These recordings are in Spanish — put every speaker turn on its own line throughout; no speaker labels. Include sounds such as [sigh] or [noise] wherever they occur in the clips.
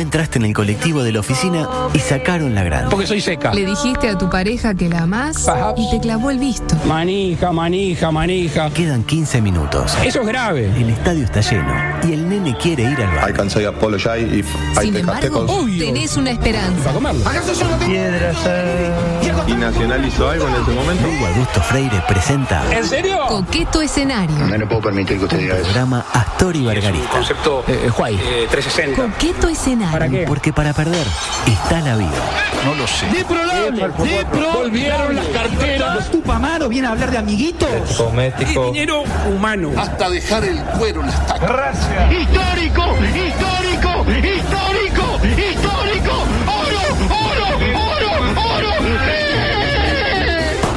entraste en el colectivo de la oficina y sacaron la grande.
Porque soy seca.
Le dijiste a tu pareja que la amás
Perhaps.
y te clavó el visto.
Manija, manija, manija.
Quedan 15 minutos.
Eso es grave.
El estadio está lleno y el nene quiere ir al
I
bar.
can say apologize if I
Sin
take
embargo,
obstacles.
obvio.
tenés una
Para
esperanza.
comerlo.
¿Y Nacional hizo algo en ese momento?
Hugo Augusto Freire presenta
¿En serio?
Coqueto escenario.
No le puedo permitir que usted diga eso.
programa Astor y Bargarista.
Concepto eh, Juay. Eh, 360.
Coqueto
¿Para
escenario.
qué?
Porque para perder está la vida.
Volvieron las carteras.
Tupamaro viene a hablar de amiguitos.
El dinero humano.
Ah,
hasta dejar el cuero en las tacas.
histórico, histórico, histórico, histórico, oro, oro, oro, oro.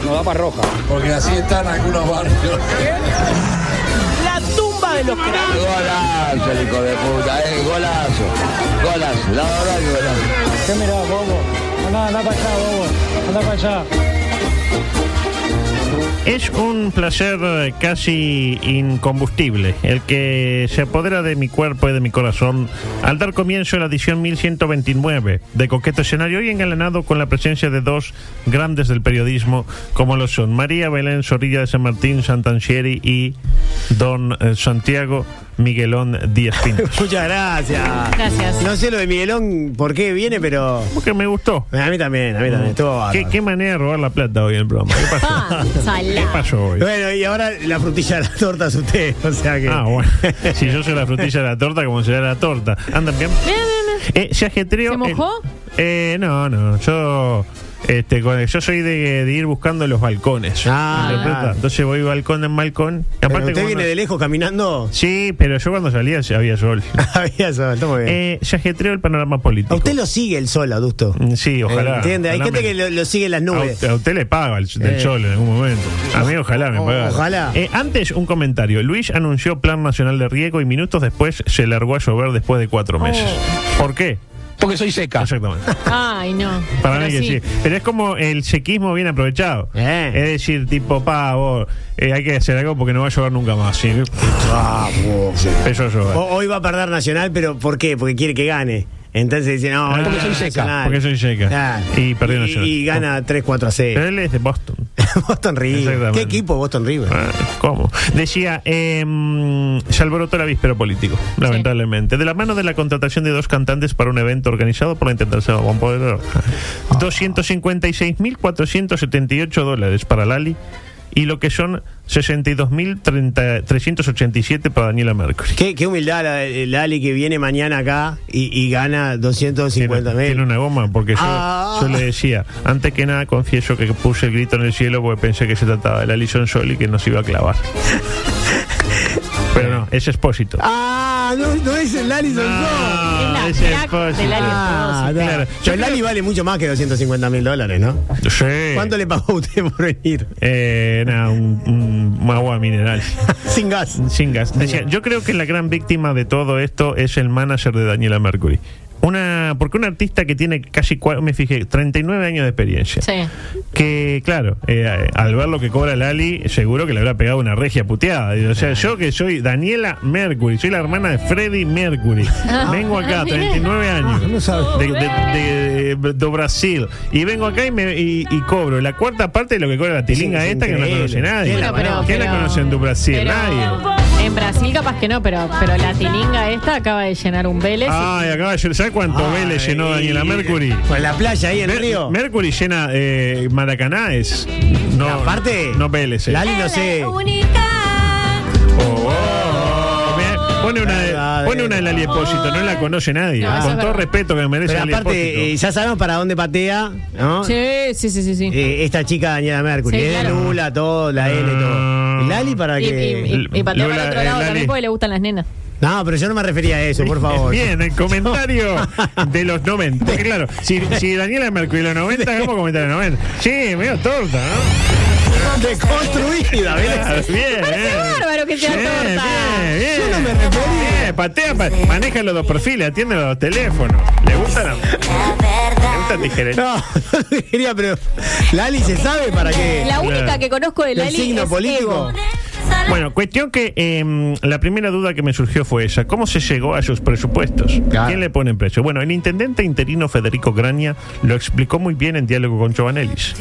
Nos da para roja.
Porque así están algunos barrios.
La tumba de los cráneos.
Golazo, hijo de puta, eh, golazo. Golazo, la verdad que golazo.
¿Qué mirás, bobo? Andá, andá para allá, bobo. Andá para allá.
Es un placer eh, casi incombustible el que se apodera de mi cuerpo y de mi corazón al dar comienzo a la edición 1129 de Coqueto Escenario y engalanado con la presencia de dos grandes del periodismo como lo son María Belén Zorrilla de San Martín Santanchieri y don eh, Santiago Miguelón Díaz
[laughs]
Pintos.
Muchas gracias.
Gracias.
No sé lo de Miguelón por qué viene, pero.
Porque me gustó.
A mí también, a mí también. Estuvo
¿Qué,
bárbaro.
qué manera de robar la plata hoy en el programa. ¿Qué
Ah,
pasó?
salá.
[laughs] ¿Qué pasó hoy?
Bueno, y ahora la frutilla de la torta es usted. O sea que.
Ah, [laughs] bueno. si yo soy la frutilla de la torta, como será la torta. Andan bien.
Mira, mira, mira.
Eh, se ajetreó.
¿Se mojó?
eh, eh, no, no. Yo. Este, con- yo soy de, de ir buscando los balcones.
Ah,
¿Interpreta?
claro.
Entonces voy balcón en balcón. Y
Pero
aparte
usted
como
viene
no-
de lejos caminando.
Sí, pero yo cuando salía ya había sol.
[laughs] Había sol, está muy Ah, bien.
Eh, se ajetreó el panorama político.
a usted lo sigue el sol, adusto.
Mm, Sí, ojalá.
¿Entiende? Hay
Ojalá
gente
me-
que lo, lo sigue en las
a
nubes.
usted, a usted le paga el, del
Eh.
sol en algún momento. A mí ojalá me
O-
pagara.
Oh, ojalá.
Eh, antes, un comentario. Luis anunció Plan Nacional de Riego y minutos después se largó a llover después de cuatro meses. ¿Por qué?
Porque soy seca.
Exactamente.
Ay, no.
Para
Pero
mí que sí. Pero es como el sequismo bien aprovechado.
Eh.
Es decir, tipo, pa, vos, eh, hay que hacer algo porque no va a llover nunca más. ¿sí? eh. Eso es llover.
O- hoy va a perder Nacional, pero ¿por qué? Porque quiere que gane. Entonces dice, no,
Ah,
hoy
porque
gana
soy
seca,
Nacional.
porque soy seca.
Claro.
Y perdió Nacional.
Y, gana 3-4 a
Pero
0.
él es de Boston.
[laughs] Boston River.
Exactamente.
¿Qué equipo Boston River?
Ah, ¿Cómo? Decía, em, se alborotó el avispero político, lamentablemente. De la mano de la contratación de dos cantantes para un evento organizado por la Intendencia de Juan Podero. 256.478 dólares para Lali y lo que son 62.387 para Daniela Mercury.
Qué, qué humildad la, el Ali que viene mañana acá y, y gana
Tiene,
250
tiene
mil.
una goma, porque yo,
Ah.
yo le decía, antes que nada confieso que puse el grito en el cielo porque pensé que se trataba de la Alison Sol y que nos iba a
[laughs]
clavar. Pero no, es expósito.
Ah, no, no es el Ali Sonsó.
la
ese
crack
Espósito.
del área.
Ah,
sí,
da.
claro. Yo
Pero el Ali vale mucho más que 250 mil dólares, ¿no?
Sí.
¿Cuánto le pagó a usted por
[laughs]
venir?
Eh, nada, un, un agua mineral.
Sin gas.
Sin gas. Decía, yo creo que la gran víctima de todo esto es el manager de Daniela Mercury. Una, porque un artista que tiene casi, cua- me fijé, 39 años de experiencia.
Sí.
Que, claro, eh, al ver lo que cobra Lali, seguro que le habrá pegado una regia puteada. Y, O sea, yo que soy Daniela Mercury, soy la hermana de Freddie Mercury.
Ah.
Vengo
[laughs]
acá, 39
Ah,
años. De, de- de- de- do Brasil. Y vengo acá y, me, y, y cobro la cuarta parte de lo que cobra la tilinga
Es
esta, que no la
increíble.
conoce nadie.
Bueno,
pero-
¿Quién la
pero-
conoce en do Brasil?
pero-
Nadie.
En Brasil capaz que no, pero, pero la tilinga esta acaba de llenar un Vélez.
Ay, acaba de llenar. ¿Sabes cuánto Vélez llenó
Ay,
Daniela Mercury?
Ah, Con la playa ahí en el
Mer-
río.
Mercury llena eh, Maracaná es. No,
Aparte,
No Vélez. eh.
Lali no sé.
Oh, oh, oh. Mirá, Pone una, de,
Verdadero.
pone una de Lali Espósito, no la conoce nadie.
No, eso
Con
es
todo
verdad.
respeto que me merece
Pero
Lali
aparte, eh,
Espósito.
ya sabemos para dónde patea, ¿no?
Sí, sí, sí, sí. sí.
Eh, esta chica Daniela Mercury,
Sí,
es de
claro.
Lula, todo, la L,
Ah.
todo. El Ali para
Y,
que.
y, y- y patea para
Lola,
el otro lado
eh, Lali.
también porque le gustan las nenas.
No, pero yo no me refería a eso, por
[laughs]
favor.
Bien, el comentario de los 90. Porque claro, si, si Daniela Mercury los 90, hagamos comentario de los 90. Sí, medio torta, ¿no?
Deconstruida, ¿verdad?
Claro, [laughs] bien, eh. bien.
bárbaro que sea
Bien,
torta.
Bien, bien.
Yo no me refería.
Bien, patea, pa- maneja los dos perfiles, atiende los teléfonos. Le gusta la. Le gusta tijerería.
No, no lo quería, pero. Lali se sabe para qué.
eh.
La única que conozco de
El
Lali
signo
es
político.
Evo.
Bueno, cuestión que em, la primera duda que me surgió fue esa. ¿Cómo se llegó a esos presupuestos?
Claro.
¿Quién le pone precio? Bueno, el intendente interino Federico Graña lo explicó muy bien en diálogo con Giovanellis.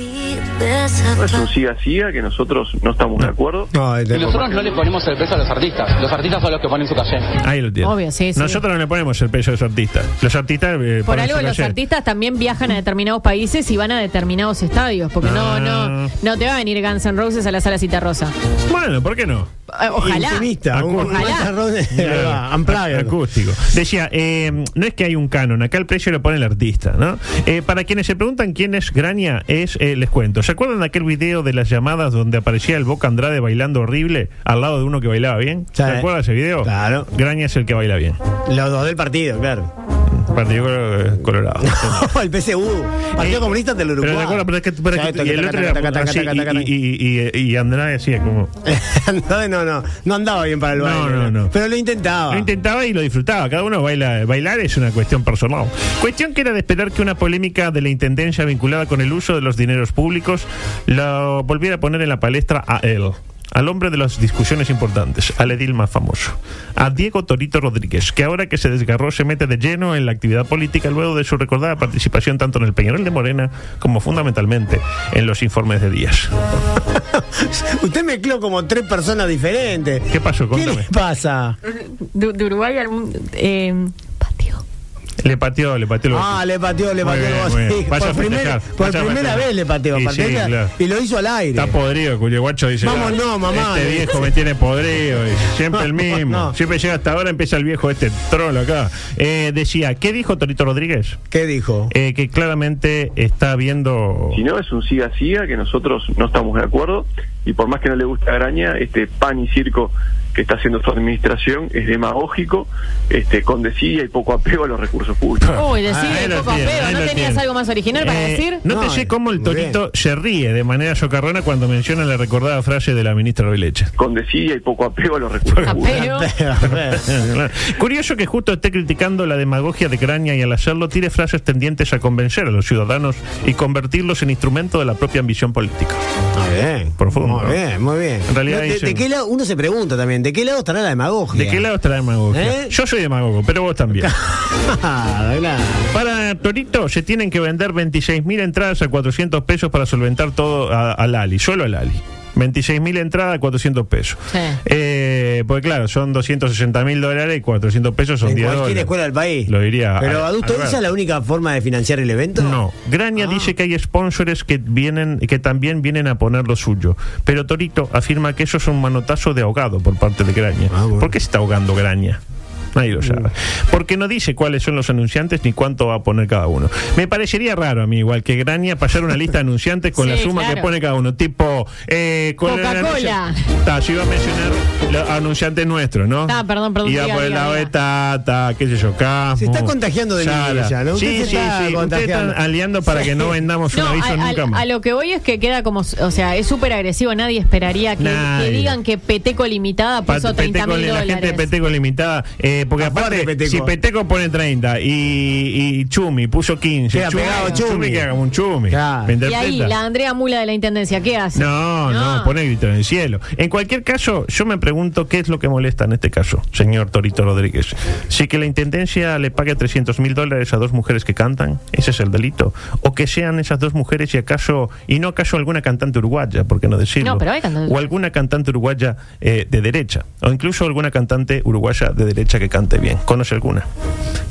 No es un siga siga que nosotros no estamos de acuerdo.
Y nosotros no le ponemos el peso a los artistas. Los artistas son los que ponen su calle.
Ahí lo tiene.
Obvio, sí, sí.
Nosotros no le ponemos el peso a los artistas. Los artistas... eh,
Por
ponen
algo
su
los
calle.
artistas también viajan a determinados países y van a determinados estadios, porque
Ah.
no, no, no te va a venir Guns N' Roses a la sala Cita Rosa.
Bueno, ¿por qué no?
Eh, Ojalá.
Intimista, un-
Ojalá.
un pizarrón de-
Claro.
Ahí va, unplugged.
Ah, Acústico. Decía, eh, no es que hay un canon, acá el precio lo pone el artista, ¿no? Eh, para quienes se preguntan quién es Graña, es, eh, les cuento. ¿Se acuerdan de aquel video de las llamadas donde aparecía el Boca Andrade bailando horrible al lado de uno que bailaba bien? ¿Se
Sí.
acuerdan de ese video?
Claro.
Graña es el que baila bien.
Los dos del partido, claro.
Partido colo-
[laughs]
colorado.
el PSU, Partido Comunista
Eh,
del
Pero ¿te
Uruguay.
acuerdas? Pero es que- pero es que-
Ya, taca,
y el
taca,
otro
taca, taca,
era
taca,
así,
taca, taca,
y- y- y- y Andrade hacía como...
taca. [laughs] No, no, no. No andaba bien para el baile.
No, no, no.
Pero lo intentaba.
Lo intentaba y lo disfrutaba. Cada uno baila. Bailar es una cuestión personal. Cuestión que era de esperar que una polémica de la intendencia vinculada con el uso de los dineros públicos lo volviera a poner en la palestra a él. Al hombre de las discusiones importantes, al edil más famoso, a Diego Torito Rodríguez, que ahora que se desgarró se mete de lleno en la actividad política luego de su recordada participación tanto en el Peñarol de Morena como fundamentalmente en los informes de Díaz.
[laughs] Usted mezcló como tres personas diferentes.
¿Qué pasó?
¿Qué
Contame.
le pasa?
De, de Uruguay algún. Eh, patio.
Le pateó, le pateó. el
Ah,
bolsillo.
le pateó,
Muy
le pateó.
bien,
el
muy bien.
bolsillo.
Vaya a
Por, primera,
festejar,
por
vaya a
primera
festejar.
vez le pateó.
Y sí,
pateó,
claro.
Y lo hizo al aire.
Está podrido, cuyo guacho dice.
Vamos,
"Ah,
no, mamá".
Este viejo me tiene podrido. y siempre [laughs] el mismo.
No.
Siempre llega hasta ahora, empieza el viejo este troll acá. Eh, decía, ¿qué dijo Torito Rodríguez?
¿Qué dijo?
Eh, que claramente está viendo.
Si no, es un siga siga que nosotros no estamos de acuerdo. Y por más que no le guste a Graña, este pan y circo que está haciendo su administración es demagógico, este, con desidia y poco apego a los recursos públicos.
Uy, decide
Ah, Ahí lo
poco
tiene,
apego.
ahí
¿No
lo
tenías
tiene.
algo más original para
Eh,
decir?
No te
No,
sé cómo el
muy
torito se ríe de manera socarrona cuando menciona la recordada frase de la ministra Roileche.
Con desidia y poco apego a los recursos públicos.
[laughs]
Apego.
Claro. Curioso que justo esté criticando la demagogia de Crania y al hacerlo tire frases tendientes a convencer a los ciudadanos y convertirlos en instrumento de la propia ambición política.
Muy bien.
Profundo, ¿no?
Muy bien, muy bien.
En realidad
No, de,
dicen-
de qué lado, uno se pregunta también, ¿de qué lado estará la demagogia?
¿De qué
[laughs]
lado está la demagogia?
¿Eh?
Yo soy demagogo, pero vos
[laughs]
también.
Ah, claro.
Para Torito se tienen que vender 26.000 entradas a 400 pesos para solventar todo a- al Ali, solo al Ali. 26.000 entradas a 400 pesos.
Sí.
Eh, porque claro, son 260.000 dólares y 400 pesos son
en
10
cualquier
dólares.
escuela del país.
Lo diría.
Pero,
Al-
adusto,
Alberto.
¿esa es la única forma de financiar el evento?
No, Graña
Ah.
dice que hay sponsors que vienen, que también vienen a poner lo suyo. Pero Torito afirma que eso es un manotazo de ahogado por parte de Graña.
Ah, bueno.
¿Por qué se está ahogando Graña? Nadie lo sabe.
Mm.
Porque no dice cuáles son los anunciantes ni cuánto va a poner cada uno. Me parecería raro a mí, igual que Graña, pasar una lista de anunciantes
[laughs]
con
Sí,
la suma
claro.
que pone cada uno. Tipo, eh, con el
Coca-Cola.
anuncio- Ta, yo iba a mencionar los anunciantes nuestros, ¿no?
Ta, perdón, perdón,
Iba
diga,
por el
diga,
lado de
diga.
Tata, qué sé yo, Casmo.
Se está contagiando de
Sara.
envidia, ¿no? Usted
Sí,
se
sí,
está
sí. Ustedes
contagiando.
están aliando para que no vendamos un
No,
aviso
a, a-
nunca más.
a lo que voy es que queda como, o sea, es súper agresivo, nadie esperaría que, que
Nadie.
digan que Peteco limitada puso
Pa-
30
Peteco,
mil
la
dólares.
gente de Peteco limitada. eh, porque
A jugar
aparte,
de Peteco.
si Peteco pone 30 y, y Chumi puso 15,
Queda pegado Chumi.
que haga un Chumi.
Claro.
¿Me
y ahí,
interpreta?
la Andrea Mula de la Intendencia, ¿qué hace?
No, no,
No.
pone grito en el cielo. En cualquier caso, yo me pregunto qué es lo que molesta en este caso, señor Torito Rodríguez. Si que la intendencia le pague 300 mil dólares a dos mujeres que cantan, ese es el delito. O que sean esas dos mujeres y acaso, y no acaso alguna cantante uruguaya, por qué no decirlo.
No, pero hay cantantes
O alguna cantante uruguaya eh, de derecha. O incluso alguna cantante uruguaya de derecha que cante bien. ¿Conoce alguna?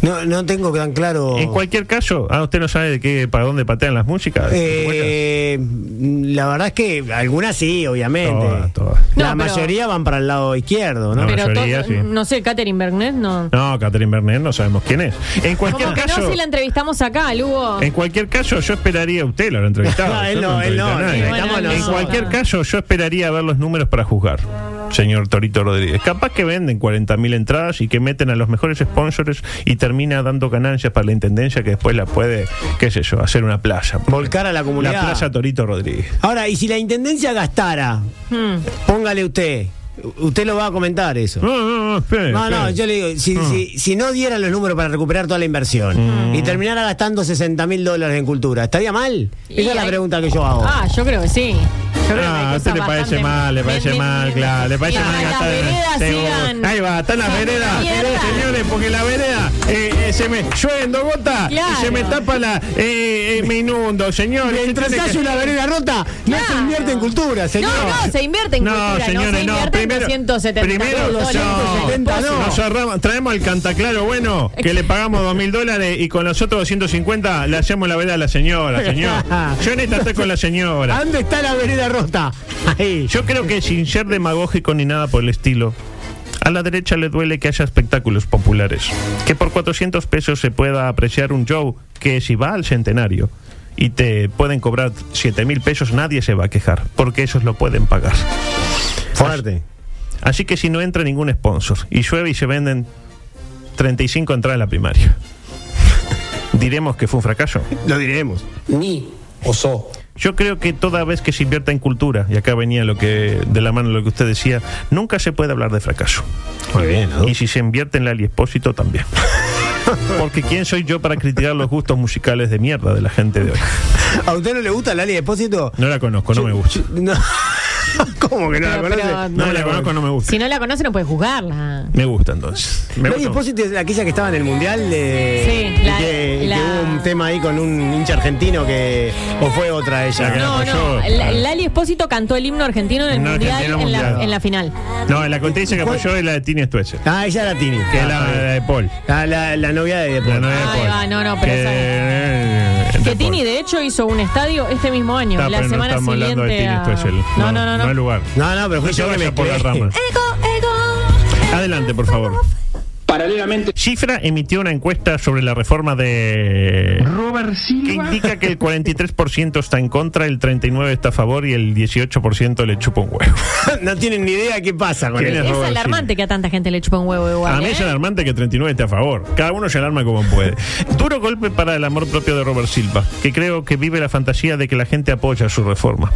No, no tengo tan claro.
En cualquier caso, ah, usted no sabe de qué, para dónde patean las músicas.
Eh, la verdad es que algunas sí, obviamente.
Todas, todas.
La
No, pero-
mayoría van para el lado izquierdo, ¿no?
No.
Pero
mayoría,
to-
sí.
no sé, Catherine Bernet, no.
No, Catherine Bernet no sabemos quién es. En cualquier
Como que
caso,
no si la entrevistamos acá, Lugo.
en cualquier caso yo esperaría usted lo habrá [laughs] entrevistado.
No, él
Yo
no, él
entrevisté a
no,
nadie.
sí, bueno, él
en
no.
cualquier caso yo esperaría ver los números para juzgar. Señor Torito Rodríguez, capaz que venden 40.000 entradas y que meten a los mejores sponsors y termina dando ganancias para la intendencia que después la puede, qué sé yo, hacer una plaza.
Volcar a la comunidad.
La plaza Torito Rodríguez.
Ahora, y si la intendencia gastara,
Hmm.
póngale usted. Usted lo va a comentar eso.
No, Ah. no, no, espere,
No, no,
espere.
yo le digo, si, si, si no dieran los números para recuperar toda la inversión
Mm.
y terminara gastando 60 mil dólares en cultura, ¿estaría mal?
Y
Esa es la
hay-
pregunta que yo hago.
Ah, yo creo que sí. Yo ve
Ah,
una
a usted
cosa
le parece
bastante-
mal, le parece
Ven, ven,
mal,
ven,
claro. Le
ven.
parece mal
Mientras
gastar.
las veredas
Seguro.
sigan.
Ahí va, están las
Son
veredas.
mierda.
Señores, porque la vereda eh, eh, se me llueven dos gotas
Claro.
y se me tapa la. Eh, eh, me inundo, señores.
Mientras
Tiene
haya
que-
una vereda rota, no se invierte en cultura, señor.
No, no, se invierte en
No,
cultura, no se
señores, no.
invierte en
Primero,
270
primero
mil dólares.
no. Nos ahorramos- traemos el cantaclaro bueno, que le pagamos dos mil dólares y con los otros 250 le hacemos la vereda a la señora, señor. Yo en esta estoy con la señora.
¿Dónde está la vereda rota? Ahí.
Yo creo que sin ser demagógico ni nada por el estilo, a la derecha le duele que haya espectáculos populares. Que por 400 pesos se pueda apreciar un show que si va al centenario y te pueden cobrar 7 mil pesos, nadie se va a quejar, porque esos lo pueden pagar.
Fuerte.
Así que si no entra ningún sponsor y llueve y se venden 35 entradas a la primaria, [laughs] diremos que fue un fracaso.
Lo diremos.
Ni oso. Yo creo que toda vez que se invierta en cultura, y acá venía lo que de la mano lo que usted decía, nunca se puede hablar de fracaso.
Muy bien, ¿no?
Y si se invierte en Lali Espósito
[laughs]
también. Porque quién soy yo para criticar los gustos musicales de mierda de la gente de hoy.
¿A usted no le gusta Lali Depósito?
No la conozco, no me gusta.
No. [laughs] ¿Cómo que no la
Pero-
conoce?
pero-
No la conozco, no me gusta.
Si no la conoce, no puede juzgarla.
Me gusta entonces. Me
Lali
gusta.
Espósito es aquella que estaba en el mundial de.
Sí,
y
la-
que, y
la-
que hubo un tema ahí con un hincha argentino que. ¿O fue otra ella?
La que
No, no.
apoyó.
La- Lali Espósito cantó el himno argentino en el
Himno
mundial,
argentino
en, la-
mundial. Eh,
en la final.
No, la contesta que apoyó es la de Tini Stueche.
Ah, ella era Tini.
Que
Ah,
es la,
está bien.
la de Paul.
Ah, la, la novia de
La
Depósito.
novia de
Ahí
Paul.
va, no, no, pero
pues, Que- eh, de
Que
Paul.
Tini, de hecho, hizo un estadio este mismo año,
Está,
la
pero
semana
no estamos
siguiente.
hablando de Tini
a-
Stoessel.
No, no, no.
No hay lugar.
No, no, pero fue
No se
yo que
vaya
me
por las
quedé.
ramas. Adelante, por favor.
Paralelamente.
Cifra emitió una encuesta sobre la reforma de...
Robert
que indica que el 43% está en contra, el 39% está a favor y el 18% le chupa un huevo.
[laughs] no tienen ni idea qué pasa con
¿Quién
él.
es
Es
Robert
alarmante que a tanta gente le chupa un huevo igual.
A mí
¿eh?
es alarmante que 39 esté a favor. Cada uno se alarma como [laughs] puede. Duro golpe para el amor propio de Robert Silva, que creo que vive la fantasía de que la gente apoya su reforma.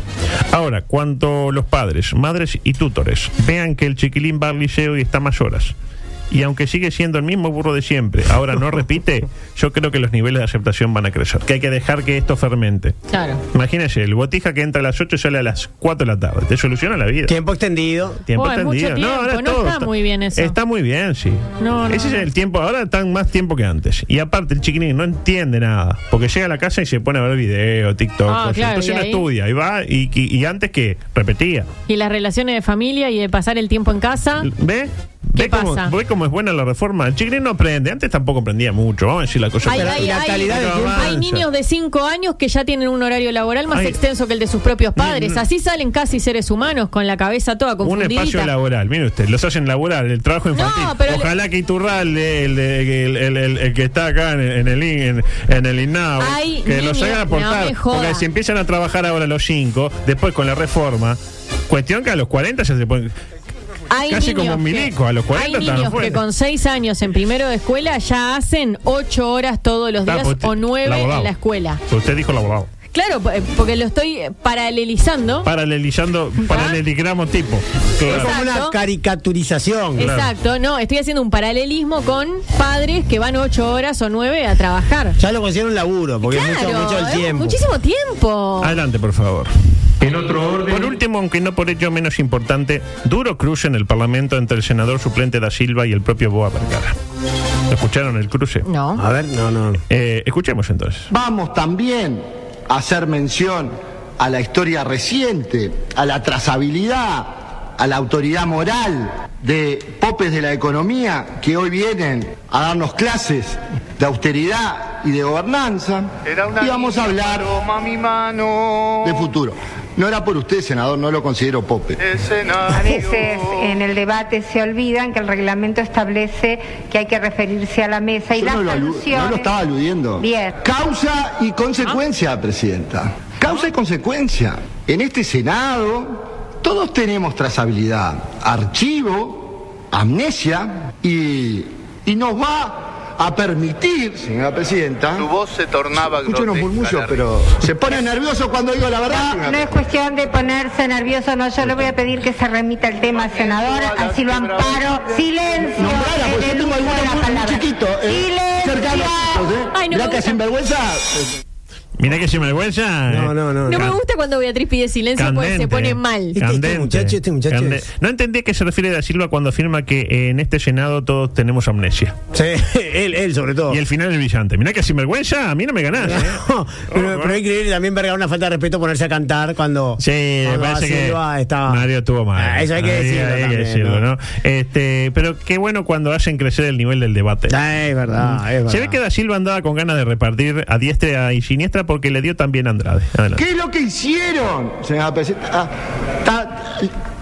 Ahora, cuando los padres, madres y tutores vean que el chiquilín va al liceo y está más horas. Y aunque sigue siendo el mismo burro de siempre, ahora [laughs] no repite, yo creo que los niveles de aceptación van a crecer. Que hay que dejar que esto fermente.
Claro.
Imagínese, el botija que entra a las 8 y sale a las 4 de la tarde. Te soluciona la vida.
Tiempo extendido.
Tiempo
Oh, es mucho
extendido.
tiempo,
ahora es
no
todo,
está muy bien eso.
Está muy bien, sí.
No, no,
Ese
no.
es el tiempo. Ahora están más tiempo que antes. Y aparte, el chiquinín no entiende nada. Porque llega a la casa y se pone a ver video, TikTok.
Ah,
cosas.
claro,
Entonces
y
no
ahí-
estudia. Y va. Y, y- y antes que repetía.
Y las relaciones de familia y de pasar el tiempo en casa.
¿Ve?
¿Qué
¿Ve cómo,
pasa?
ve cómo es buena la reforma? El chiquinín no aprende. Antes tampoco aprendía mucho. Vamos a decir la cosa.
Hay,
Pero-
hay-
la
hay-
calidad del
hay
tiempo avanza.
niños de 5 años que ya tienen un horario laboral más
Ay. Mm.
extenso que el de sus propios padres. Así salen casi seres humanos, con la cabeza toda
Un
confundida.
espacio laboral, mire usted, los hacen laboral, el trabajo infantil.
pero le-
Ojalá que Iturralde, el, de- el- el- el- el que está acá en, en el, in- en, en el INAU,
Ay,
que los
niño,
hagan
no
aportar.
me joda.
porque si empiezan a trabajar ahora los 5, después con la reforma, cuestión que a los 40 ya se ponen.
Hay
Casi
niños
como un milico, a los 40
Hay
están
niños
afuera.
que con 6 años en primero de escuela ya hacen 8 horas todos los
Ah,
días
pues usted-
o 9
laborado.
en la escuela.
Pues Usted dijo laborado.
Claro, po- eh, porque lo estoy eh, paralelizando.
Paralelizando,
¿Ah?
paraleligramo tipo.
Es
Claro.
como una
Exacto.
caricaturización.
Exacto, no, estoy haciendo un paralelismo con padres que van 8 horas o 9 a trabajar.
Ya lo considero un laburo, porque es mucho,
Claro,
mucho el
es
tiempo.
Muchísimo tiempo.
Adelante, por favor.
En otro orden.
Por último, aunque no por ello menos importante, duro cruce en el Parlamento entre el senador suplente da Silva y el propio Boa Vergara. ¿Lo ¿Escucharon el cruce?
No.
A ver, no, no.
Eh, escuchemos entonces.
Vamos también a hacer mención a la historia reciente, a la trazabilidad, a la autoridad moral de popes de la economía que hoy vienen a darnos clases de austeridad y de gobernanza. Y vamos a hablar oh,
mi mano.
de futuro. No era por usted, senador, no lo considero pope.
A veces en el debate se olvidan que el reglamento establece que hay que referirse a la mesa y
Yo
las
no lo, alu-
alusiones.
no lo estaba aludiendo.
Bien.
Causa y consecuencia, Presidenta. Causa y consecuencia. En este Senado todos tenemos trazabilidad, archivo, amnesia y, y nos va a permitir, señora Presidenta.
Tu voz se tornaba
Escucho unos murmullos, pero se pone nervioso cuando digo la verdad.
No, no es cuestión de ponerse nervioso, no, yo le voy a pedir que se remita el tema, senadora, así lo amparo. Silencio
Nombrala, porque
en
yo
el
tengo
uso
alguno
de la
muy- muy
palabra.
chiquito, eh, cercano a
Silencio.
chicos, eh.
Ay, no
Mirá
me
que
gusta.
sinvergüenza.
Mira que eh, sinvergüenza.
No, no, Este no.
No me gusta cuando Beatriz pide silencio porque se pone mal.
Candente.
Este muchacho, este muchacho
Cande-
es-
No entendí a qué se refiere Da Silva cuando afirma que eh, en este Senado todos tenemos amnesia.
Sí, [laughs] él, él sobre todo.
Y el final es brillante. Mirá que sinvergüenza, a mí no me ganás. ¿eh?
No, [laughs] pero, pero es increíble también verga una falta de respeto ponerse a cantar cuando.
Sí, me
cuando
parece que
Silva Ah, estaba.
Mario tuvo mal.
Ah, eso hay que
Ahí-
decirlo.
ahí hay que
también,
decirlo, ¿no? Este, pero qué bueno cuando hacen crecer el nivel del debate.
Ah, es verdad, es verdad.
Mm. Se ve que Da Silva andaba con ganas de repartir a diestra y siniestra porque le dio también a Andrade. Adelante.
¿Qué es lo que hicieron, señora presidenta? Ah, ta-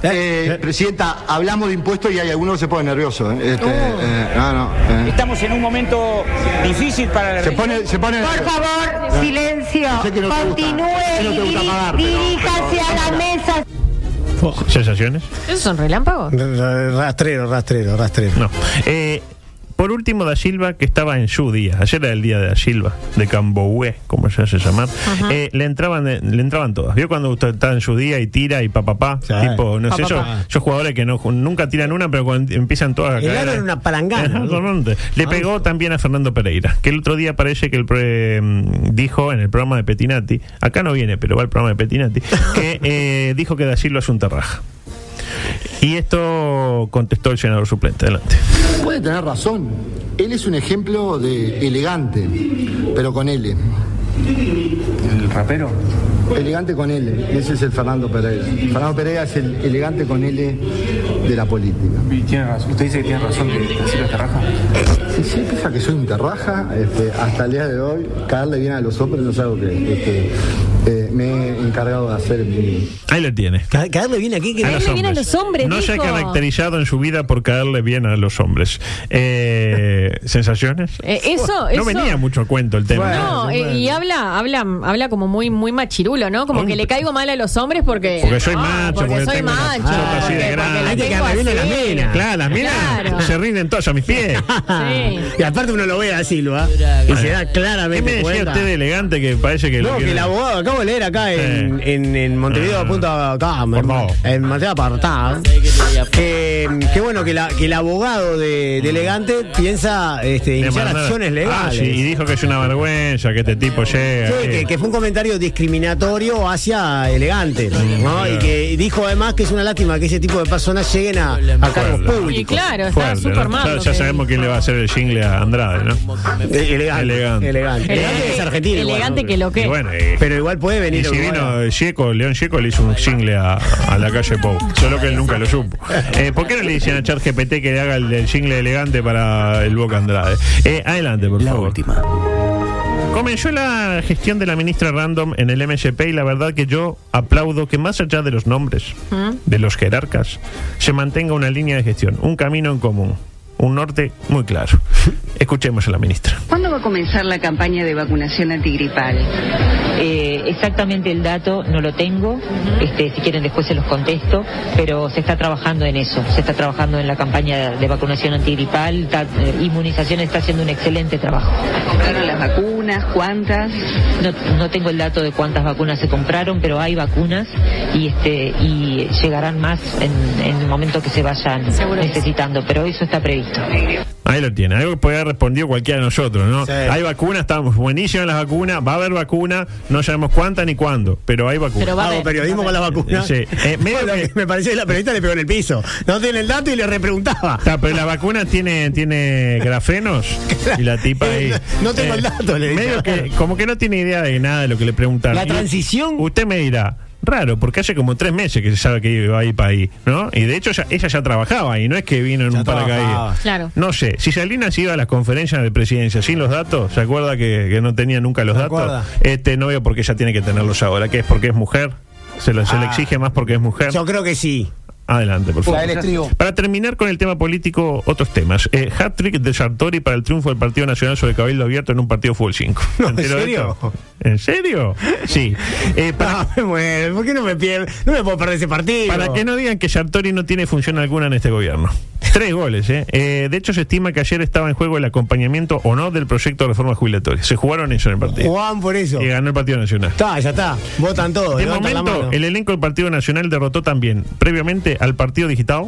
eh, presidenta, hablamos de impuestos y hay algunos que se ponen nerviosos. ¿eh?
Oh.
Este, eh, no, no, eh.
Estamos en un momento difícil para la
Se pone, se pone.
Por favor,
No.
silencio.
Sé que no te gusta.
Continúe
Sé que no
y
te gusta
diri-
pagar, pero-
diríjase
pero-
a la mesa.
¿Sensaciones?
¿Esos son relámpagos?
Ra- ra- Rastrero, rastrero, rastrero.
No. Eh, por último, Da Silva, que estaba en su día, ayer era el día de Da Silva, de Camboue, como se hace llamar, eh, le entraban le entraban todas. ¿Vio cuando usted está en su día y tira y papapá?
Sí.
Tipo, no
Pa,
sé,
pa,
esos,
pa.
esos jugadores que no, nunca tiran una, pero cuando empiezan todas a
El
caer. eh,
aro era una palangana.
Ajá,
boludo.
totalmente.
Ah,
Le pegó también a Fernando Pereira, que el otro día parece que el pre- mm, dijo en el programa de Petinati, acá no viene, pero va el programa
[laughs]
de Petinati, que eh, dijo que Da Silva es un terraja. Y esto contestó el senador suplente. Adelante.
Puede tener razón. Él es un ejemplo de elegante, pero con L.
¿El rapero?
Elegante con L. Ese es el Fernando Pereira. Fernando Pereira es el elegante con L de la política.
Y tiene razón. Usted dice que tiene razón de decir la terraja.
Si se piensa que soy un terraja, este, hasta el día de hoy, caerle bien a los hombres no es algo que este, eh, me he encargado de hacer en mi,
Ahí lo tiene.
Ca- Caerle bien aquí. que-
A
Caerle
los
bien a los hombres,
No se ha
dijo.
caracterizado en su vida por caerle bien a los hombres.
[laughs]
Eh, ¿Sensaciones?
Eh, eso,
no
eso.
venía mucho a cuento el tema.
No, eh, y habla, habla, habla como muy, muy machirulo, ¿no? Como
Hombre.
que le caigo mal a los hombres porque.
Porque soy
no,
macho, porque
soy
tengo las
macho.
patas
porque-
así de
porque
grande.
la
Hay que
tengo
caerle bien a
así.
las minas.
Claro, las minas
Claro.
se ah, rinden todas a mis
[laughs]
pies.
Sí.
Y aparte uno lo ve a Silva y se da
¿Qué me
claramente
decía
cuenta.
usted de elegante que parece que lo
No, que
quiere-
el abogado, acabo de leer acá en, en, en Montevideo,
Ah.
a punto acá, en,
Por favor.
en Mateo Apartado, que, que bueno, que, la- que el abogado de, de Elegante piensa este,
Mm. de
iniciar
mandar-
acciones
Ah, sí, y
legales.
dijo que es una vergüenza que este tipo llega.
Sí,
eh.
que, que fue un comentario discriminatorio hacia Elegante, ¿no? Y que dijo además que es una lástima que ese tipo de personas lleguen a, a cargos
Fuerte.
públicos.
Y claro, está
Fuerte,
súper
¿no?
mal.
Ya-
lo
Ya
que
sabemos quién le va a hacer el jingle a Andrade, ¿no?
Eh, Elegante.
Elegante.
Elegante. Elegante.
Elegante
es argentino. igual,
Elegante
¿no?
que lo
Y
que.
bueno, y-
Pero igual puede venir.
Y si
Uruguay.
vino Checo, León Checo le hizo un single a, a la calle Pou. Solo que él nunca lo supo. Eh, ¿Por qué no le dicen a ChatGPT que le haga el, el single elegante para el Boca Andrade? Eh, adelante, por
La
favor.
última.
Comenzó la gestión de la ministra Random en el MSP y la verdad que yo aplaudo que más allá de los nombres, de los jerarcas, se mantenga una línea de gestión, un camino en común, un norte muy claro. Escuchemos a la ministra.
¿Cuándo va a comenzar la campaña de vacunación antigripal?
Eh, exactamente el dato no lo tengo, este, si quieren después se los contesto, pero se está trabajando en eso, se está trabajando en la campaña de vacunación antigripal, ta- eh, inmunización está haciendo un excelente trabajo.
¿Compraron las vacunas? ¿Cuántas?
No, no tengo el dato de cuántas vacunas se compraron, pero hay vacunas y, este, y llegarán más en, en el momento que se vayan
Seguro que sí.
necesitando, pero eso está previsto.
Ahí lo tiene, algo que podría haber respondido cualquiera de nosotros, ¿no?
Sí.
Hay vacunas, estamos buenísimas las vacunas, va a haber vacuna, no sabemos cuántas ni cuándo, pero hay vacunas.
Pero va a
Hago
haber,
periodismo
va a
con las vacunas.
Sí. Eh, medio
Bueno,
que-
Me parece que la periodista le pegó en el piso. No tiene el dato y le repreguntaba.
Está, pero la vacuna tiene, tiene
[laughs]
grafenos y la tipa ahí. eh,
No tengo el dato, le dije.
medio que, Como que no tiene idea de nada de lo que le preguntaron.
La
Y
transición.
Usted me dirá, raro, porque hace como tres meses que se sabe que iba a ir para ahí, ¿no? Y de hecho ya- ella ya trabajaba y no es que vino en
Ya
un
trabajaba.
paracaídas.
Claro.
No sé, si Salinas iba a las conferencias de presidencia sin los datos, ¿se acuerda que, que no tenía nunca los
¿Se
datos?
acuerda?
Este no veo por qué ella tiene que tenerlos ahora, que es porque es mujer. Se, lo- se le
Ah.
exige más porque es mujer.
Yo creo que sí.
Adelante,
Pues,
por favor. Para terminar con el tema político, otros temas. Eh, Hat-trick de Sartori para el triunfo del Partido Nacional sobre Cabildo Abierto en un partido Fútbol 5.
[laughs] No,
¿Me
¿en
entero de
serio?
esto? ¿En serio?
[laughs]
Sí. Eh, para,
Ah, me muero. ¿Por qué no me pierdo? No me puedo perder ese partido.
para que no digan que Sartori no tiene función alguna en este gobierno. Tres goles, ¿eh? Eh, De hecho, se estima que ayer estaba en juego el acompañamiento o no del proyecto de reforma jubilatoria. Se jugaron eso en el partido.
Jugaban por eso.
Y ganó el Partido Nacional.
Está, ya está. Votan todos.
De
levantan la
momento,
mano.
el elenco del Partido Nacional derrotó también, previamente, al Partido Digital.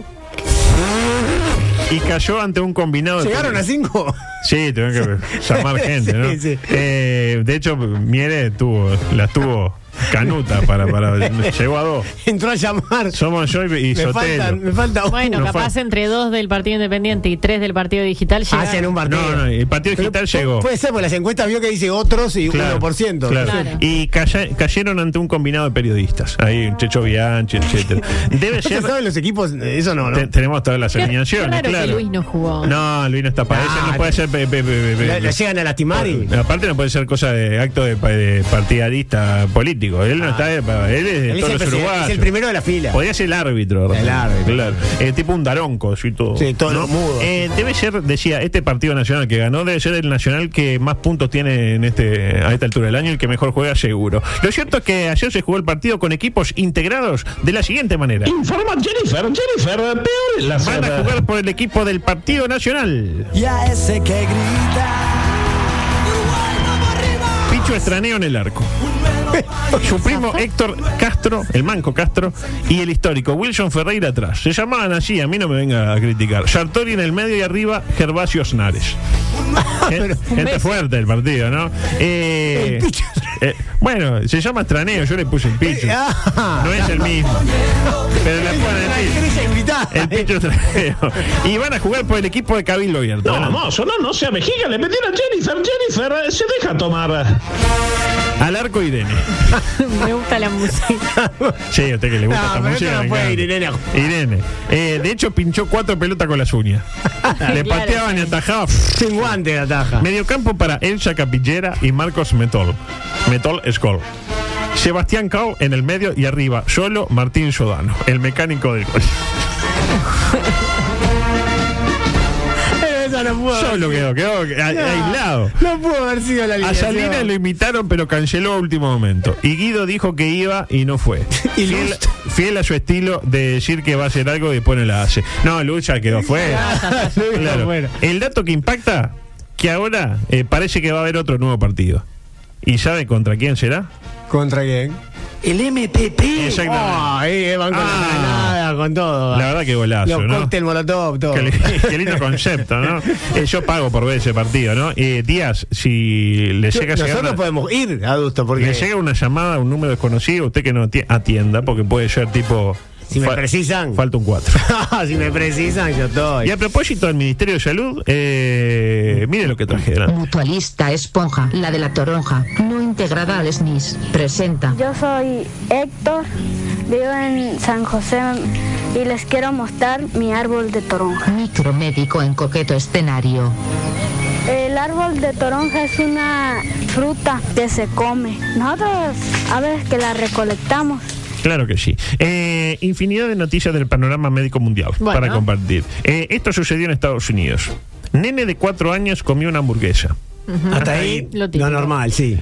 y cayó ante un combinado. de
¿Llegaron a cinco? [laughs]
Sí, tuvieron que llamar gente, ¿no?
Sí, sí.
Eh, de hecho, Miere tuvo, las tuvo canuta para, para llegó a dos.
Entró a llamar.
Somos yo y, y
Me
Sotelo.
faltan- me falta uno.
Bueno,
No
capaz
fue-
entre dos del Partido Independiente y tres del Partido Digital llegan.
Hacen Ah, un partido.
No, no, el partido digital llegó.
Puede ser, porque las encuestas vio que dice otros y
Claro,
1%.
claro.
Claro.
Y calla- cayeron ante un combinado de periodistas. Ahí, Checho Bianchi, etcétera. Debe
¿Usted
ser.
sabe los equipos? eh, Eso no, ¿no?
Este, te- tenemos todas las
Qué- qué
alineaciones,
raro que
claro.
Luis no jugó.
No, Luis no está para eso.
Ah,
No puede ser. pe- pe- pe- pe-
La, la llegan a lastimar y.
Aparte no puede ser cosa de acto de, pa- de partidarista político. Él no
Ah.
está de, pa- él es de
Él
todos
es el
los
presidente,
uruguayos.
es el primero de la fila.
Podría ser el árbitro.
El árbitro.
Claro. Eh, tipo un daronco, así todo.
Sí, todo mudo.
Eh, debe ser, decía, este partido nacional que ganó debe ser el nacional que más puntos tiene en este a esta altura del año y el que mejor juega seguro. Lo cierto es que ayer se jugó el partido con equipos integrados de la siguiente manera.
Informa Jennifer, Jennifer, peor la
Van a jugar por el equipo del Partido Nacional.
Y a ese que grita.
Picho Estraneo en el arco. Eh, Su primo Héctor Castro, el manco Castro, y el histórico Wilson Ferreira atrás. Se llamaban así, a mí no me venga a criticar. Sartori en el medio y arriba, Gervasio Osnares. Gen- Gente fuerte el partido, ¿no? Eh, eh, bueno, se llama Estraneo, yo le puse el Picho.
Ah.
No es el mismo. Pero le ponen
La
así.
iglesia invitada.
El Picho
[laughs]
Estraneo. Y van a jugar por el equipo de Cabildo Abierto. ¿eh?
No, mozo, no, no sea vejiga, le metieron a Jennifer, Jennifer, eh, se deja tomar.
Al
[laughs]
arco Irene.
[laughs] Me gusta la música.
Sí, a usted que le gusta
No,
esta
pero
música.
esto no
me
fue
encanta.
Irene, no.
Irene. Eh, de hecho, pinchó cuatro pelotas con
[laughs]
las uñas.
Claro,
le pateaban y
sí.
atajaba.
Sin guante la taja.
Mediocampo para Elsa Capillera y Marcos Metol. Metol Skoll. Sebastián Cao en el medio y arriba, solo Martín Sodano, el mecánico del gol.
Pero esa no pudo haber-
Solo quedó, quedó a-
No,
aislado.
No pudo haber sido la
A
alineación.
Salinas lo invitaron, pero canceló a último momento. Y Guido dijo que iba y no fue.
[laughs] Y
fiel,
Lust.
fiel a su estilo de decir que va a hacer algo y después no la hace. No, Lucha quedó
[laughs]
fuera.
Lucha quedó
Claro.
fuera.
El dato que impacta, que ahora eh, parece que va a haber otro nuevo partido. ¿Y sabe contra quién será?
¿Contra quién?
El MPP.
Ah, ahí, eh, van con la
Ah.
granada, con todo.
La verdad que golazo,
Los
¿no?
cóctel molotov, todo.
Qué,
[laughs]
li- [laughs] qué lindo concepto, ¿no? Eh, yo pago por ver ese partido, ¿no? Eh, Díaz, si le
Yo-
llega a llegar...
Nosotros
una-
podemos ir, adusto, porque
Le llega una llamada, un número desconocido, usted que no tie- atienda, porque puede ser tipo.
Si me
fa-
precisan.
Falta
[laughs]
un 4.
[laughs] si me precisan, yo estoy.
Y a propósito del Ministerio de Salud, eh, mire lo que traje delante.
Mutualista Esponja, la de la toronja, no integrada al SNIS, presenta.
Yo soy Héctor, vivo en San José y les quiero mostrar mi árbol de toronja.
Micromédico Ah, en coqueto escenario.
El árbol de toronja es una fruta que se come. Nosotros a veces que la recolectamos.
Claro que sí. Eh, infinidad de noticias del panorama médico mundial
Bueno.
para compartir. Eh, esto sucedió en Estados Unidos. Nene de 4 años comió una hamburguesa.
Hasta ahí,
Lo
lo,
típico.
normal, sí.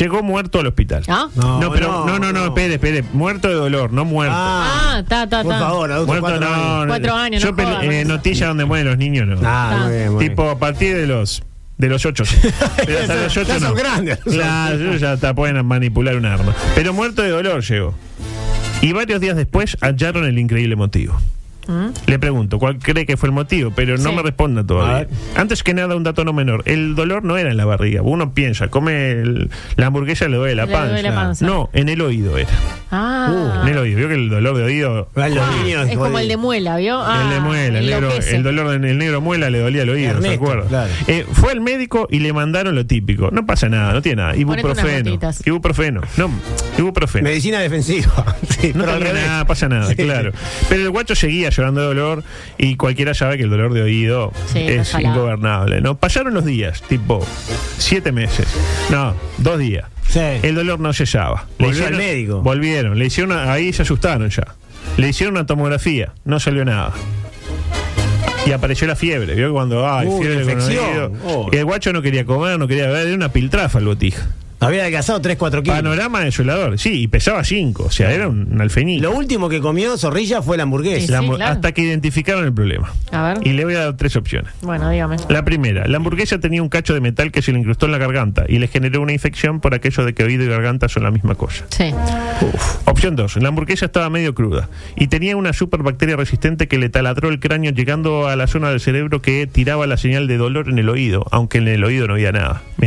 Llegó muerto al hospital.
¿Ah?
No,
No,
pero
no,
no, no, no,
no.
espere, espere. Muerto de dolor, no muerto.
Ah, ta, ta, ta.
Por favor, adulto,
muerto
cuatro
no.
años.
no.
Cuatro años,
Yo
no
pele-
jodas,
eh,
Marisa.
noticia donde mueren los niños, no.
Ah, muy bien, muy bien.
Tipo, a partir de los de los ocho.
[laughs]
Pero hasta
Ya
los
son-
ocho
ya
no.
son grandes.
Claro, ellos ya hasta pueden manipular un arma. Pero muerto de dolor llegó. Y varios días después hallaron el increíble motivo. Le pregunto, ¿cuál cree que fue el motivo? Pero no
¿Mm? Sí.
me responda
A
todavía.
ver.
Antes que nada, un dato no menor. El dolor no era en la barriga. Uno piensa, come el- la hamburguesa, le duele la,
Le duele la panza.
No, en el oído era.
Ah.
En el oído. Vio que el dolor de oído.
Van los niños,
es como el de
digo.
muela, ¿vio? Ah,
el de muela, el, negro,
enloquece.
el dolor en el negro muela le dolía el oído, ¿se
Ernesto,
acuerda?
claro.
Eh, fue al médico y le mandaron lo típico. No pasa nada, no tiene nada.
Ponete unas
Ibuprofeno.
gotitas.
Ibuprofeno. No, ibuprofeno.
Medicina defensiva. [laughs] Sí,
No
pero al
tendrá
revés.
nada, pasa nada,
[laughs] Sí.
claro. Pero el guacho seguía llorando de dolor y cualquiera sabe que el dolor de oído
Sí, está
es
salado.
ingobernable, ¿no? Pasaron los días, tipo siete meses. No, dos días.
Sí.
El dolor no cesaba. Le
Volvió al médico.
Volvieron, le hicieron, una- ahí se asustaron ya. Le hicieron una tomografía, no salió nada. Y apareció la fiebre, ¿vio? Cuando, ah,
Uy,
fiebre con
infección.
oído.
Oh.
Y el guacho no quería comer, no quería beber, era una piltrafa el botija.
Había adelgazado 3, 4 kilos.
Panorama desolador, sí, y pesaba 5, o sea, era un alfeñil.
Lo último que comió Zorrilla fue la hamburguesa.
Sí, la hamburg- claro. Hasta que identificaron el problema.
A ver.
Y le voy a dar tres opciones.
Bueno, dígame.
La primera, la hamburguesa tenía un cacho de metal que se le incrustó en la garganta y le generó una infección por aquello de que oído y garganta son la misma cosa.
Sí.
Opción 2, la hamburguesa estaba medio cruda y tenía una superbacteria resistente que le taladró el cráneo llegando a la zona del cerebro que tiraba la señal de dolor en el oído, aunque en el oído no había nada. ¿Me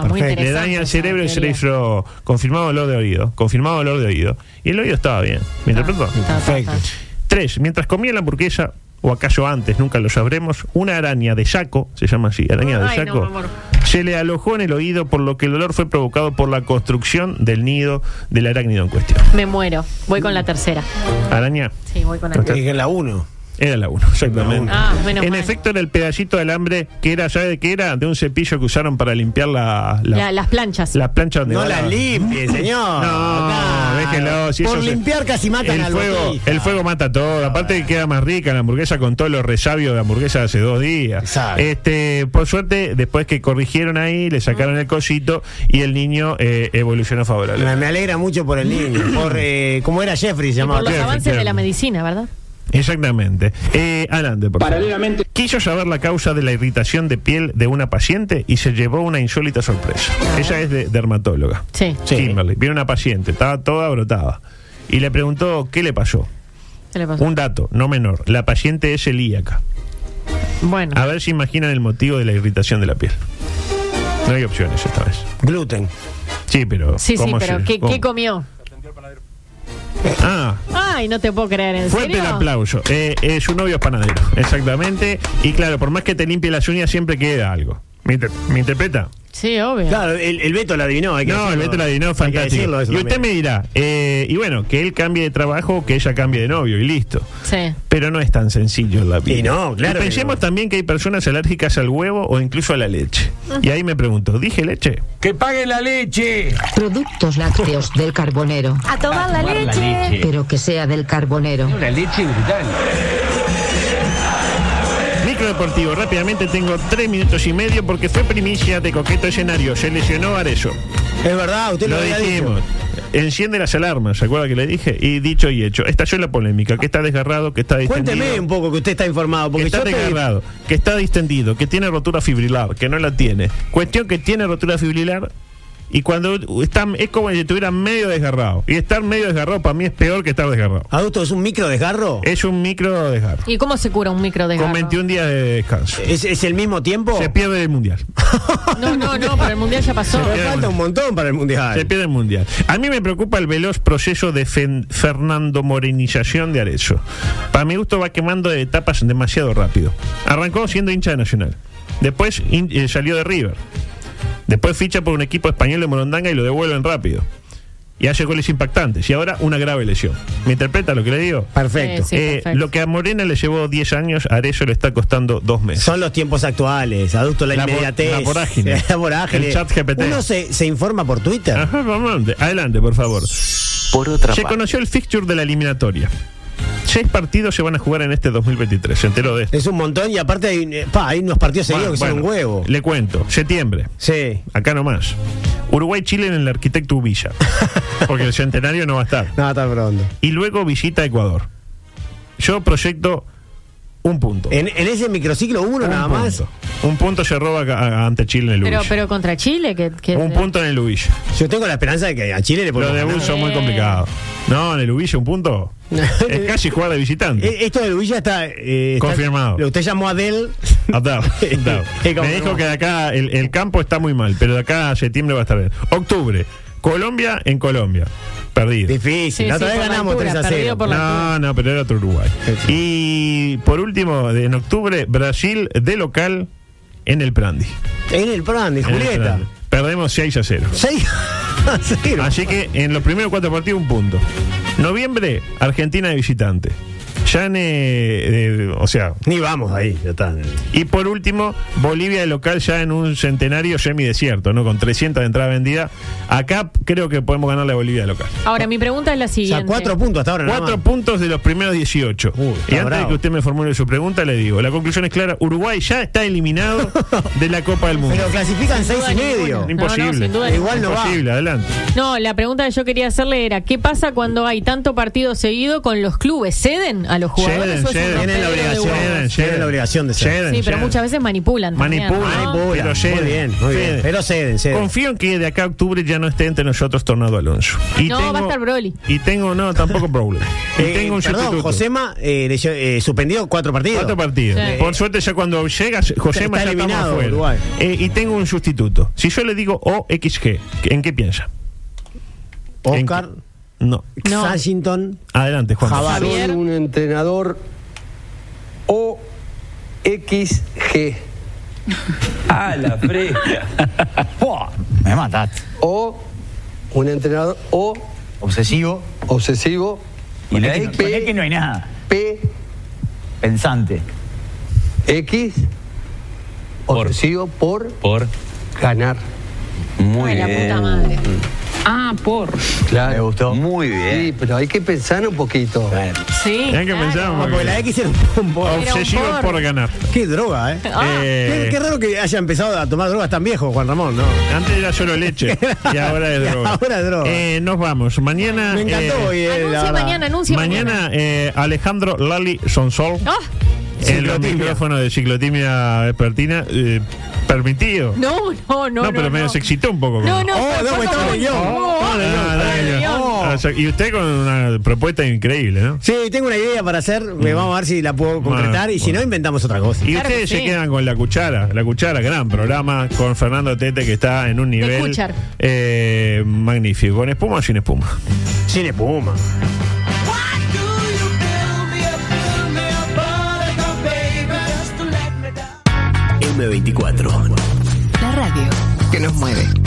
Ah, muy
Perfecto. Le
interesante
daña el
esa
cerebro y se le
teoría.
hizo confirmado dolor de oído, confirmado dolor de oído. Y el oído estaba bien. ¿Me
Ah.
interpreta?
Perfecto.
Tres, mientras comía la hamburguesa, o acaso antes, nunca lo sabremos, una araña de saco, se llama así, araña de
Ay, no,
saco,
mi amor.
se le alojó en el oído, por lo que el dolor fue provocado por la construcción del nido del arácnido en cuestión.
Me muero. Voy con la tercera.
Araña.
Sí, voy con la
Que
tercera.
dije en la 1.
Era la 1, exactamente.
Ah, menos
en
mal.
efecto, era el pedacito de alambre que era, ¿sabe de qué era? De un cepillo que usaron para limpiar la, la,
La- las planchas.
la plancha donde
No
va
la limpie,
No,
señor. Claro.
déjelo, si
Por
eso se-
limpiar casi matan
el
al
fuego,
botija.
El fuego mata todo. Aparte que queda más rica la hamburguesa con todos los resabios de hamburguesa de hace dos días.
Exacto.
Este, por suerte, después que corrigieron ahí, le sacaron el cosito y el niño eh, evolucionó
Me,
favorablemente.
me alegra mucho por el niño.
[clears throat]
Por, eh, ¿Cómo era Jeffrey? Se
Y
llamaba.
por los
Claro,
avances
claro.
de la medicina, ¿verdad?
Exactamente. Eh, adelante, por favor.
Paralelamente-
Quiso saber la causa de la irritación de piel de una paciente y se llevó una insólita sorpresa. Ella es de dermatóloga.
Sí.
Kimberly. Viene una paciente, estaba toda brotada. Y le preguntó qué le pasó.
¿Qué le pasó?
Un dato, no menor. La paciente es celíaca.
Bueno.
A ver si imaginan el motivo de la irritación de la piel. No hay opciones esta vez.
Gluten.
Sí, pero.
Sí, sí,
¿cómo
pero
se-
¿qué,
cómo?
qué comió?
Ah,
Ay, no te puedo creer, ¿en
Fuerte el
serio?
aplauso. Eh, eh, su novio es panadero, exactamente. Y claro, por más que te limpie las uñas, siempre queda algo. ¿Me, inter- me interpreta?
Sí, obvio.
Claro, el, el Beto la adivinó. Hay que
No, el
decirlo.
Beto la adivinó,
Hay que
fantástico.
decirlo eso
y usted
también.
me dirá, eh, y bueno, que él cambie de trabajo, que ella cambie de novio, y listo.
Sí.
Pero no es tan sencillo la vida.
Y no, claro que
pensemos
no.
también que hay personas alérgicas al huevo o incluso a la leche.
Ah.
Y ahí me pregunto, ¿dije leche?
¡Que pague la leche!
Productos lácteos del carbonero.
A tomar la leche.
Pero que sea del carbonero.
Una leche brutal.
Micro deportivo, rápidamente tengo tres minutos y medio porque fue primicia de coqueto escenario. Se lesionó Arezzo.
Es verdad, usted lo,
Lo
había
dijimos.
dicho.
Enciende las alarmas, ¿se acuerda que le dije? Y dicho y hecho. Estalló la polémica, que está desgarrado, que está distendido.
Cuénteme un poco que usted está informado.
que
Porque
está
yo estoy-
desgarrado, que está distendido, que tiene rotura fibrilar, que no la tiene. Cuestión que tiene rotura fibrilar y cuando está, es como si estuviera medio desgarrado. Y estar medio desgarrado para mí es peor que estar desgarrado.
Adulto, ¿es un micro desgarro?
Es un micro desgarro.
¿Y cómo se cura un micro de
Con 21 días de descanso.
¿Es, es el mismo tiempo?
Se pierde el mundial.
No, no, no, pero el mundial ya pasó.
Pero falta un montón para el mundial.
Se pierde el mundial. A mí me preocupa el veloz proceso de fen- Fernando Morenización de Arezzo. Para mi gusto va quemando de etapas demasiado rápido. Arrancó siendo hincha de Nacional. Después hin- eh, salió de River. Después ficha por un equipo español de Morondanga y lo devuelven rápido. Y hace goles impactantes. Y ahora una grave lesión. ¿Me interpreta lo que le digo?
Perfecto.
Sí, sí.
Eh,
perfecto.
lo que a Morena le llevó 10 años, a Arezzo le está costando dos meses.
Son los tiempos actuales, adulto, la,
La vor-
inmediatez.
la vorágine.
[laughs] La vorágine.
El chat GPT.
Uno se, se informa por Twitter.
Ajá, vamos, adelante, por favor.
Por otra
Se conoció el fixture de la eliminatoria. Seis partidos se van a jugar en este 2023. Se enteró de esto.
Es un montón y aparte hay, eh, pa, hay unos partidos seguidos
Bueno,
que son un
bueno,
huevo.
Le cuento. Septiembre.
Sí.
Acá nomás. Uruguay-Chile en el arquitecto
[laughs]
Ubilla. porque el centenario no va a estar.
No, está pronto.
Y luego visita a Ecuador. Yo proyecto un punto.
En, en ese microciclo uno
un
nada Eh, más.
punto. Un punto se roba a- a- ante Chile en el
Pero,
Ubilla.
pero contra Chile, que. que-
un punto en el Ubilla.
Yo tengo la esperanza de que a Chile le
Los
podemos ganar.
debuts son muy
Eh.
complicados. No, en el Ubilla un
[laughs]
punto. es casi jugar de visitante.
Eh, Esto de Luilla está, eh, está-
Confirmado.
lo- Usted llamó a Adel. [laughs]
Atado, atado.
Eh, como
Me dijo
no.
que de acá el, el campo está muy mal, pero de acá a septiembre va a estar bien. Octubre, Colombia en Colombia. Perdido.
Difícil.
Sí,
la
sí, por
otra vez
la
ganamos
altura,
3 a 0.
perdido por la
No, no, pero era otro Uruguay. Y por último, de- en octubre, Brasil de local en el Prandi.
En el plan de
En el
Julieta.
Prandi. Perdemos 6 a 0.
6 a [laughs] 0.
Así que en los primeros cuatro partidos un punto. Noviembre, Argentina de visitante. Ya en, eh, eh, o sea.
Ni vamos ahí, ya está.
Y por último, Bolivia de local ya en un centenario semidesierto, ¿no? Con 300 de entrada vendida. Acá creo que podemos ganar la Bolivia de local.
Ahora, mi pregunta es la
O sea,
siguiente.
cuatro puntos hasta ahora. nada
Cuatro
más.
puntos de los primeros 18. y antes de
bravo.
que usted me formule su pregunta, le digo, la conclusión es clara, Uruguay ya está
[laughs]
eliminado de la Copa del Mundo.
Pero clasifican
Sin
seis
duda
y
ninguna.
medio.
No, no,
Imposible.
sin duda
Igual no va.
Imposible, adelante.
No, la pregunta que yo quería hacerle era, ¿qué pasa cuando hay tanto partido seguido con los clubes? ¿Ceden a los jugadores?
Ceden,
o es un
ceden.
rompedero
Tienen la
de
obligación.
huevos?
Ceden,
Tienen
ceden.
la obligación de ser.
Ceden,
Sí, pero
ceden.
muchas veces manipulan. también,
Manipulan,
¿no?
manipulan.
Pero
Muy
ceden,
bien, muy bien.
Pero ceden, ceden.
Confío en que de acá a octubre ya no esté entre nosotros Tornado Alonso. Y
No, va a estar Broly.
Y tengo, no, tampoco Broly. Y
Eh,
tengo un
perdón,
sustituto.
Josema eh, le lle- eh, suspendió cuatro partidos.
Cuatro partidos.
Sí.
Por suerte, ya cuando llegas, José
Está
ya estamos
eliminado
afuera.
Uruguay.
Eh, y tengo un sustituto. Si yo le digo OXG, ¿en qué piensa? ¿En
Oscar,
qué? No.
No.
Sashington,
Adelante, Juan.
Jabal.
Javier.
un entrenador OXG. [laughs] A la fresca.
Me mataste.
O un entrenador O
Obsesivo.
obsesivo.
Y la X, con X no hay nada.
P
Pensante.
X obsesivo por
Por.
ganar.
Muy
Ay, la
bien.
puta madre.
Ah, por.
Claro.
Me gustó.
Muy
Sí,
bien.
pero hay que pensar un poquito.
Sí,
Tenés que
claro.
pensar,
No, porque la X era un bombo.
Era un Ah,
Obsesivo
por.
por ganar.
Qué droga, ¿eh?
Oh. Eh,
Qué, qué raro que haya empezado a tomar drogas tan viejo, Juan Ramón, ¿no?
Antes era solo leche y ahora
Y
es droga.
ahora es droga.
Eh, nos vamos. Mañana.
Me encantó
eh,
hoy, eh, la
Anuncia
verdad.
mañana, anuncia mañana.
Mañana eh, Alejandro Lali Sonsol eh,
Ah,
en los
Ciclotimia.
micrófonos de ciclotimia vespertina eh, permitido.
No, no, no.
No, pero medio se excitó un poco. con-
No, no,
Oh,
pero
no,
fue
está
como-
en el guión.
Oh,
Ah,
oh,
no,
el
no,
guión.
no. Ah, so- Y usted con una propuesta increíble, ¿no?
Sí, tengo una idea para hacer. Me vamos a ver si la puedo concretar. y si
bueno.
no, inventamos otra cosa.
Y
Claro que
ustedes se
sí.
quedan con La Cuchara, La Cuchara, gran programa, con Fernando Tete que está en un nivel
Cuchar.
eh, magnífico. ¿Con espuma o sin espuma?
Sin espuma.
M24.
La radio.
Que nos mueve.